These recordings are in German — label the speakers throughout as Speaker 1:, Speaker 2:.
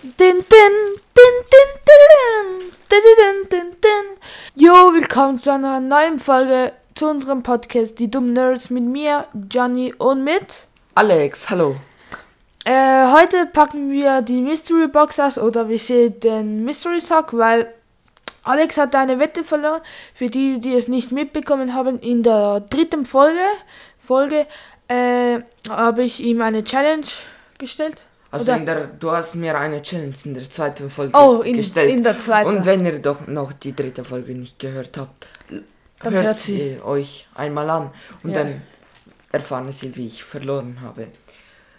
Speaker 1: Din, din, din, din, din, din, din, din, din. Jo, willkommen zu einer neuen Folge zu unserem Podcast Die Dummen Nerds mit mir, Johnny und mit.
Speaker 2: Alex, hallo.
Speaker 1: Äh, heute packen wir die Mystery Box aus oder wir sehen den Mystery Sock, weil Alex hat eine Wette verloren. Für die, die es nicht mitbekommen haben, in der dritten Folge, Folge äh, habe ich ihm eine Challenge gestellt.
Speaker 2: Also
Speaker 1: Oder-
Speaker 2: in der, du hast mir eine Challenge in der zweiten Folge
Speaker 1: Oh, in,
Speaker 2: gestellt.
Speaker 1: in der zweiten.
Speaker 2: Und wenn ihr doch noch die dritte Folge nicht gehört habt, l-
Speaker 1: Dann
Speaker 2: hört
Speaker 1: hört sie.
Speaker 2: sie euch einmal an und
Speaker 1: Ja.
Speaker 2: dann erfahren sie, wie ich verloren habe.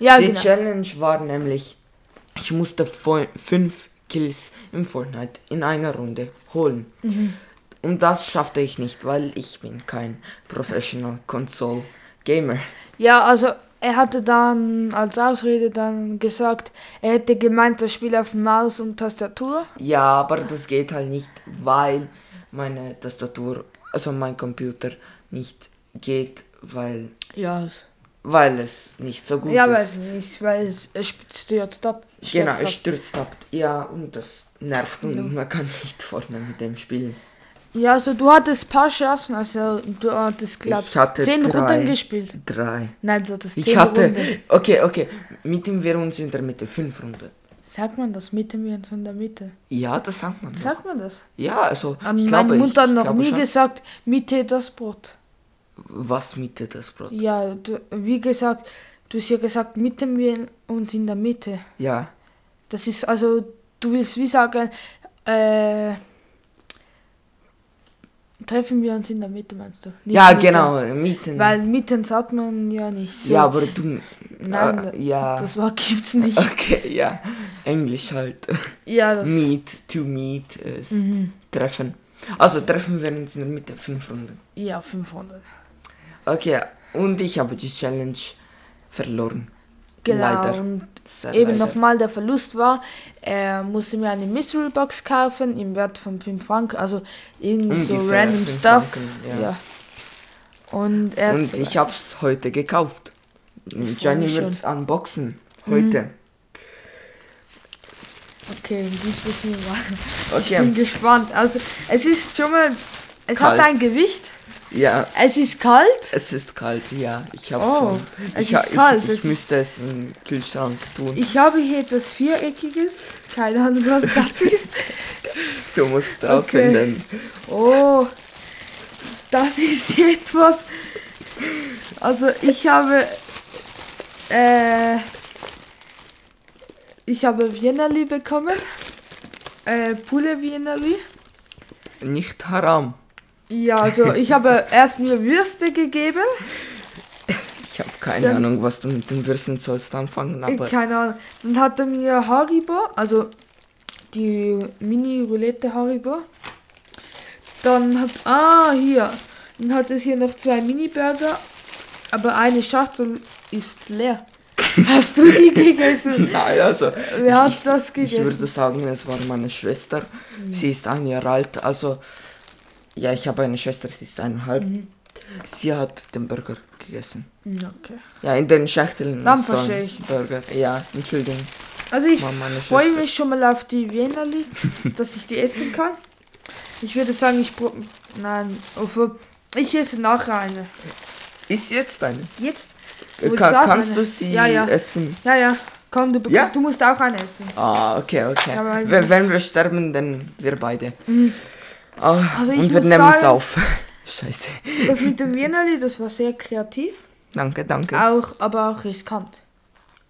Speaker 1: ja,
Speaker 2: die
Speaker 1: genau.
Speaker 2: Challenge war nämlich, ich musste fo- fünf Kills im Fortnite in einer Runde holen.
Speaker 1: Mhm.
Speaker 2: Und das schaffte ich nicht, weil ich bin kein Professional Console Gamer.
Speaker 1: Ja, also er hatte dann als Ausrede dann gesagt, er hätte gemeint, das Spiel auf Maus und Tastatur.
Speaker 2: Ja, aber das geht halt nicht, weil meine Tastatur, also mein Computer nicht geht, weil,
Speaker 1: Ja, es-
Speaker 2: weil es nicht so gut
Speaker 1: ja
Speaker 2: ist.
Speaker 1: weiß ich nicht, weil es, es spitzt jetzt ab.
Speaker 2: genau,
Speaker 1: Stürzt
Speaker 2: es
Speaker 1: ab.
Speaker 2: stürzt ab. Ja, und das nervt und man kann nicht vorne mit dem spielen.
Speaker 1: Ja, also du hattest ein paar Chancen, also du hattest, glaube
Speaker 2: Ich hatte
Speaker 1: zehn
Speaker 2: drei.
Speaker 1: Runden gespielt.
Speaker 2: Drei.
Speaker 1: Nein, du hattest
Speaker 2: Ich
Speaker 1: zehn
Speaker 2: hatte,
Speaker 1: Runden.
Speaker 2: okay, okay, mit dem wir uns in der Mitte, fünf Runden.
Speaker 1: Sagt man das, Mitte mir und in der Mitte?
Speaker 2: Ja, das sagt man. doch.
Speaker 1: Sagt man das?
Speaker 2: Ja, also,
Speaker 1: Ähm,
Speaker 2: ich
Speaker 1: Meine
Speaker 2: glaube, ich,
Speaker 1: Mutter hat
Speaker 2: ich
Speaker 1: noch
Speaker 2: glaube
Speaker 1: nie
Speaker 2: schon.
Speaker 1: gesagt, Mitte das Brot.
Speaker 2: Was Mitte das Brot?
Speaker 1: Ja, du, wie gesagt, du hast ja gesagt, Mitte wir uns in der Mitte.
Speaker 2: Ja,
Speaker 1: Das ist also, du willst wie sagen, äh, treffen wir uns in der Mitte, meinst du? Nicht
Speaker 2: ja
Speaker 1: mitten.
Speaker 2: genau, mitten.
Speaker 1: Weil mitten sagt man ja nicht. So.
Speaker 2: ja, aber du,
Speaker 1: Nein,
Speaker 2: äh, ja.
Speaker 1: das Wort gibt's nicht.
Speaker 2: Okay, ja. Englisch halt.
Speaker 1: Ja, das.
Speaker 2: meet, to meet ist
Speaker 1: Mhm.
Speaker 2: treffen. Also treffen wir uns in der Mitte, fünf Runden.
Speaker 1: Ja, 500.
Speaker 2: Okay, und ich habe die Challenge verloren.
Speaker 1: Genau.
Speaker 2: Leider.
Speaker 1: Und
Speaker 2: Sehr
Speaker 1: eben
Speaker 2: leider.
Speaker 1: nochmal der Verlust war, er musste mir eine Mystery Box kaufen im Wert von 5 Franken, also irgendwie so
Speaker 2: Ungefähr
Speaker 1: random
Speaker 2: 5
Speaker 1: Stuff.
Speaker 2: Franken,
Speaker 1: ja.
Speaker 2: ja.
Speaker 1: Und er
Speaker 2: Und ich habe es heute gekauft.
Speaker 1: mich Mhm.
Speaker 2: Johnny wird es unboxen. Heute.
Speaker 1: Okay, gibst du es mir mal. Ich bin
Speaker 2: Okay,
Speaker 1: gespannt. Also, es ist schon mal. Es
Speaker 2: Kalt.
Speaker 1: hat ein Gewicht.
Speaker 2: ja.
Speaker 1: Es ist kalt.
Speaker 2: Es ist kalt, ja. Ich habe
Speaker 1: Oh,
Speaker 2: schon.
Speaker 1: es
Speaker 2: ich, ha-
Speaker 1: ist kalt,
Speaker 2: Ich,
Speaker 1: es ist-
Speaker 2: ich müsste es im Kühlschrank tun.
Speaker 1: Ich habe hier etwas Viereckiges. Keine Ahnung, was das ist.
Speaker 2: du musst
Speaker 1: Okay.
Speaker 2: rausfinden.
Speaker 1: Oh, das ist etwas. Also, ich habe. Äh, ich habe Viennerli bekommen. Äh, Pule Viennerli.
Speaker 2: Nicht haram.
Speaker 1: Ja, also ich habe erst mir Würste gegeben.
Speaker 2: Ich habe keine
Speaker 1: Dann-
Speaker 2: Ahnung, was du mit den Würsten sollst anfangen,
Speaker 1: Äh,
Speaker 2: aber
Speaker 1: Keine Ahnung. Dann hat er mir Haribo, also die Mini-Roulette Haribo. Dann hat. Ah, hier. Dann hat es hier noch zwei Mini-Burger. Aber eine Schachtel ist leer. Hast du die gegessen?
Speaker 2: Nein, also
Speaker 1: Wer hat das
Speaker 2: ich würde
Speaker 1: gegessen? Mhm.
Speaker 2: sagen, es war meine Schwester. Sie ist ein Jahr alt, also ja, ich habe eine Schwester, sie ist eineinhalb.
Speaker 1: Mhm.
Speaker 2: Sie hat den Burger gegessen.
Speaker 1: Hm, Okay.
Speaker 2: Ja, in den Schachteln.
Speaker 1: Dann
Speaker 2: ist da ein
Speaker 1: verstehe ich.
Speaker 2: Burger. Ja, Entschuldigung.
Speaker 1: Also ich
Speaker 2: War meine
Speaker 1: freue
Speaker 2: Schwester.
Speaker 1: mich schon mal auf die Wienerli, dass ich die essen kann. Ich würde sagen, ich prob... Nein, obwohl, ich esse nachher eine.
Speaker 2: Ist jetzt eine.
Speaker 1: Jetzt?
Speaker 2: Äh,
Speaker 1: Wo
Speaker 2: Ka
Speaker 1: ich sag
Speaker 2: kannst
Speaker 1: eine.
Speaker 2: du sie
Speaker 1: Ja, ja.
Speaker 2: essen?
Speaker 1: Ja, ja. Komm, du, bek-
Speaker 2: Ja?
Speaker 1: du musst auch eine essen.
Speaker 2: Ah, okay, okay.
Speaker 1: Ja, weil-
Speaker 2: wenn, wenn wir sterben, dann wir beide. Ah,
Speaker 1: Also ich
Speaker 2: und wir
Speaker 1: muss
Speaker 2: nehmen es
Speaker 1: sagen-
Speaker 2: auf. Scheiße.
Speaker 1: Das mit dem Wienerli, das war sehr kreativ,
Speaker 2: Danke, danke.
Speaker 1: auch, aber auch riskant.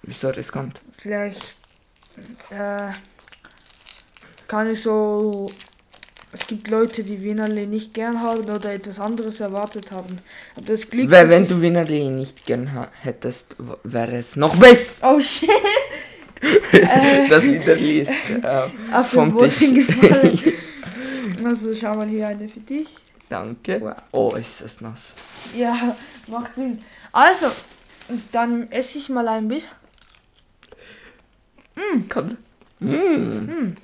Speaker 2: Wieso riskant?
Speaker 1: Vielleicht äh, kann ich so. Es gibt Leute, die Wienerli nicht gern haben oder etwas anderes erwartet haben. Aber das Glück.
Speaker 2: Weil
Speaker 1: dass
Speaker 2: wenn
Speaker 1: ich-
Speaker 2: du Wienerli nicht gern ha- hättest, w- wäre es noch besser.
Speaker 1: Oh shit!
Speaker 2: Das Wienerli ist äh,
Speaker 1: Auf den
Speaker 2: Vom Tisch.
Speaker 1: Boden gefallen. also schau mal hier eine für dich.
Speaker 2: Danke.
Speaker 1: Wow.
Speaker 2: Oh, ist das nass.
Speaker 1: Ja, macht Sinn. Also, dann esse ich mal ein bisschen.
Speaker 2: Kann- Oh Mm.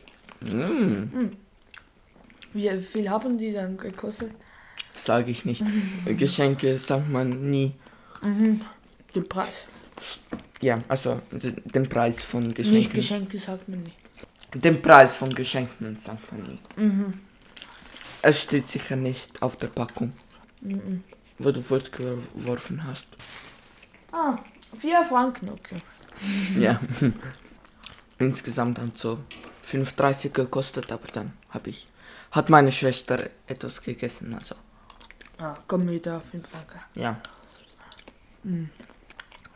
Speaker 2: Mm.
Speaker 1: Wie viel haben die dann gekostet?
Speaker 2: Sag ich nicht. Geschenke sagt man nie.
Speaker 1: Den Preis.
Speaker 2: Ja, also d- den Preis von Geschenken.
Speaker 1: Nicht Geschenke sagt man nicht.
Speaker 2: Den Preis von Geschenken sagt man nicht. Es steht sicher nicht auf der Packung, Mhm. wo du fortgeworfen hast.
Speaker 1: Ah, 4 Franken, okay.
Speaker 2: Ja. Insgesamt dann so 5,30 gekostet, aber dann habe ich. Hat meine Schwester etwas gegessen, also.
Speaker 1: Ah, komm wieder, 5 Franken.
Speaker 2: Ja.
Speaker 1: Mhm.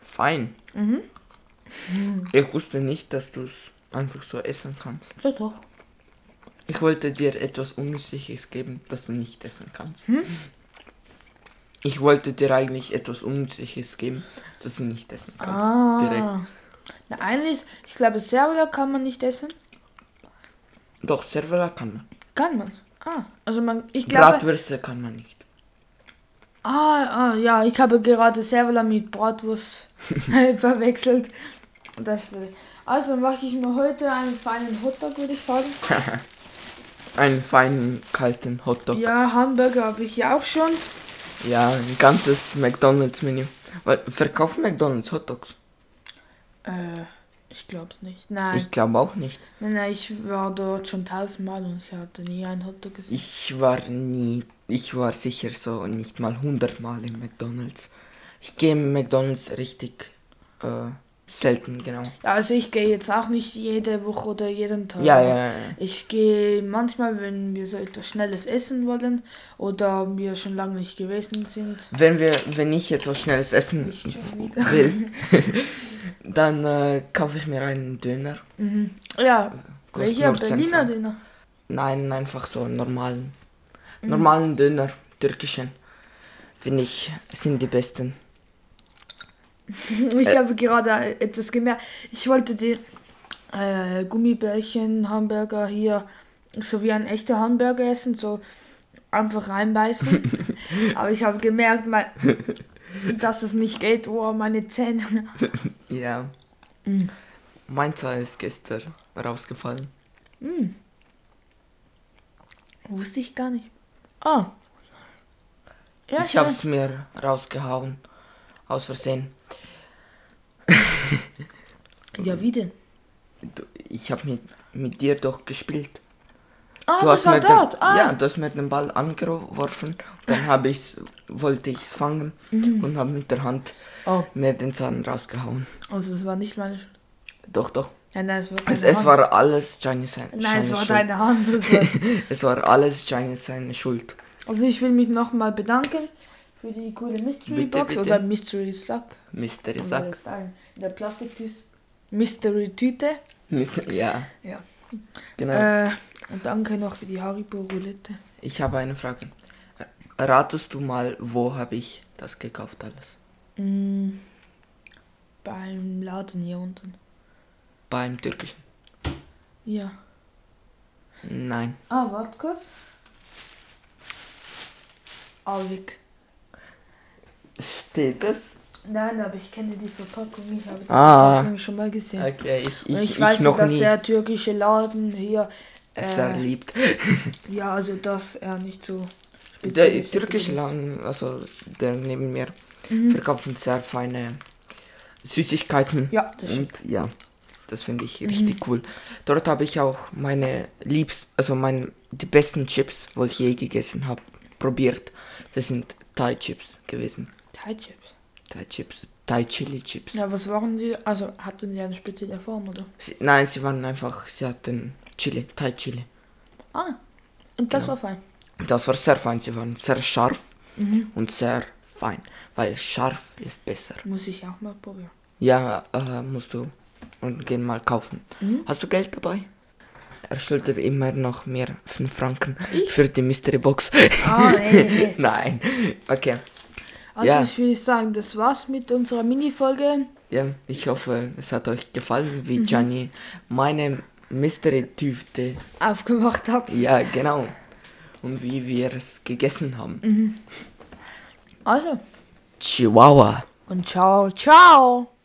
Speaker 2: Fein. Ich wusste nicht, dass du es einfach so essen kannst.
Speaker 1: Ja, doch.
Speaker 2: Ich wollte dir etwas Unnützliches geben, das du nicht essen kannst.
Speaker 1: Hm?
Speaker 2: Ich wollte dir eigentlich etwas Unnützliches geben, das du nicht essen kannst.
Speaker 1: Ah.
Speaker 2: Direkt.
Speaker 1: Na, eigentlich, ich glaube, Servola kann man nicht essen.
Speaker 2: Doch, Servela kann man.
Speaker 1: Kann man. Ah, also man, ich glaube.
Speaker 2: Bratwürste kann man nicht.
Speaker 1: Ah, ah, ja, ich habe gerade Servola mit Bratwurst verwechselt. Das, äh, also mache ich mir heute einen feinen Hotdog, würde ich sagen.
Speaker 2: Einen feinen, kalten Hotdog.
Speaker 1: Ja, Hamburger habe ich ja auch schon.
Speaker 2: Ja, ein ganzes McDonalds-Menü. Weil, Verkauft McDonalds Hotdogs?
Speaker 1: Äh, ich glaub's nicht. Nein,
Speaker 2: Ich glaube auch nicht.
Speaker 1: nein, nein, ich war dort schon tausendmal und ich hatte nie einen Hotdog gesehen.
Speaker 2: Ich war nie, ich war sicher so nicht mal hundertmal im McDonalds. Ich gehe im McDonalds richtig äh, selten, genau.
Speaker 1: Ja, also ich gehe jetzt auch nicht jede Woche oder jeden Tag.
Speaker 2: Ja, ja, ja, ja.
Speaker 1: Ich gehe manchmal, wenn wir so etwas Schnelles essen wollen oder wir schon lange nicht gewesen sind.
Speaker 2: Wenn wir, wenn ich etwas schnelles essen
Speaker 1: Nicht schon wieder.
Speaker 2: will, dann äh, kaufe ich mir einen Döner.
Speaker 1: Mhm. Ja,
Speaker 2: Kostet
Speaker 1: welcher
Speaker 2: nur 10
Speaker 1: Berliner
Speaker 2: Franken.
Speaker 1: Döner?
Speaker 2: Nein, einfach so einen normalen, normalen Döner, türkischen. Finde ich, sind die besten.
Speaker 1: Ich
Speaker 2: Äh.
Speaker 1: habe gerade etwas gemerkt. Ich wollte die äh, Gummibärchen, Hamburger hier so wie ein echter Hamburger essen, so einfach reinbeißen. Aber ich habe gemerkt, mein, dass es nicht geht. Oh, meine Zähne.
Speaker 2: Ja.
Speaker 1: Mm.
Speaker 2: Mein Zahn ist gestern rausgefallen.
Speaker 1: Wusste ich gar nicht. Ah. Ja,
Speaker 2: ich hab's mir rausgehauen. Aus Versehen.
Speaker 1: Ja, wie denn?
Speaker 2: Du- Ich hab mit, mit dir doch gespielt.
Speaker 1: Ah,
Speaker 2: Du
Speaker 1: das war
Speaker 2: mir
Speaker 1: dort.
Speaker 2: Den,
Speaker 1: Ah.
Speaker 2: Ja, du hast mir den Ball angeworfen. Dann hab ich's, wollte ich's fangen
Speaker 1: Mhm.
Speaker 2: und hab mit der Hand
Speaker 1: Oh,
Speaker 2: mir den Zahn rausgehauen.
Speaker 1: also es war nicht meine Schuld.
Speaker 2: Doch, doch.
Speaker 1: Ja, nein, es war deine
Speaker 2: Es, es
Speaker 1: Hand.
Speaker 2: war alles Giannis sein.
Speaker 1: Nein, es war
Speaker 2: Schuld.
Speaker 1: deine Hand. Es war
Speaker 2: Es war alles Giannis seine Schuld.
Speaker 1: also ich will mich nochmal bedanken für die coole Mystery
Speaker 2: Bitte,
Speaker 1: Box
Speaker 2: bitte.
Speaker 1: oder Mystery Sack.
Speaker 2: Mystery
Speaker 1: Und
Speaker 2: Sack.
Speaker 1: das ein- In der Plastiktüte. Mystery Tüte.
Speaker 2: Mis- Ja,
Speaker 1: Ja.
Speaker 2: genau.
Speaker 1: Äh, und danke noch für die Haribo Roulette.
Speaker 2: Ich habe eine Frage. Ratest du mal, wo habe ich das gekauft alles?
Speaker 1: Mm, beim Laden hier unten.
Speaker 2: Beim türkischen?
Speaker 1: Ja.
Speaker 2: Nein.
Speaker 1: Ah, warte kurz. Avik.
Speaker 2: Steht es?
Speaker 1: Nein, aber ich kenne die Verpackung nicht. Ich habe die
Speaker 2: Ah.
Speaker 1: Verpackung schon mal gesehen.
Speaker 2: Okay, ich,
Speaker 1: Und
Speaker 2: ich, ich,
Speaker 1: weiß,
Speaker 2: noch
Speaker 1: dass
Speaker 2: nie.
Speaker 1: der türkische Laden hier.
Speaker 2: Sehr
Speaker 1: Äh,
Speaker 2: liebt.
Speaker 1: ja, also dass er nicht so.
Speaker 2: Der
Speaker 1: spezialisiert
Speaker 2: türkische
Speaker 1: ist. Hm.
Speaker 2: Laden, also der neben mir,
Speaker 1: Mhm.
Speaker 2: verkaufen sehr feine Süßigkeiten.
Speaker 1: Ja, das Mhm.
Speaker 2: Und ja, das finde ich richtig cool. Dort habe ich auch meine liebst, also mein, die besten Chips, wo ich je gegessen habe, probiert. Das sind Thai Chips gewesen.
Speaker 1: Thai Chips.
Speaker 2: Thai Chips, Thai Chili Chips.
Speaker 1: Ja, was waren die? Also hatten die eine spezielle Form, oder?
Speaker 2: Sie, nein, sie waren einfach, sie hatten Chili, Thai Chili.
Speaker 1: Ah. Und das war
Speaker 2: Genau.
Speaker 1: fein.
Speaker 2: Und Das war sehr fein, sie waren sehr scharf
Speaker 1: Mhm.
Speaker 2: und sehr fein, weil scharf ist besser.
Speaker 1: Muss ich auch mal probieren.
Speaker 2: Ja, äh, musst du und gehen mal kaufen. Hast du Geld dabei? Er schuldet immer noch mir 5 Franken für die Mystery Box.
Speaker 1: Ah, nee, nee.
Speaker 2: nein, okay.
Speaker 1: Also
Speaker 2: Ja.
Speaker 1: ich würde sagen, das war's mit unserer Mini-Folge.
Speaker 2: Ja, ich hoffe, es hat euch gefallen, wie Gianni meine Mystery-Tüte
Speaker 1: Aufgemacht hat.
Speaker 2: Ja, genau. Und wie wir es gegessen haben.
Speaker 1: Also.
Speaker 2: Chihuahua.
Speaker 1: Und ciao, ciao.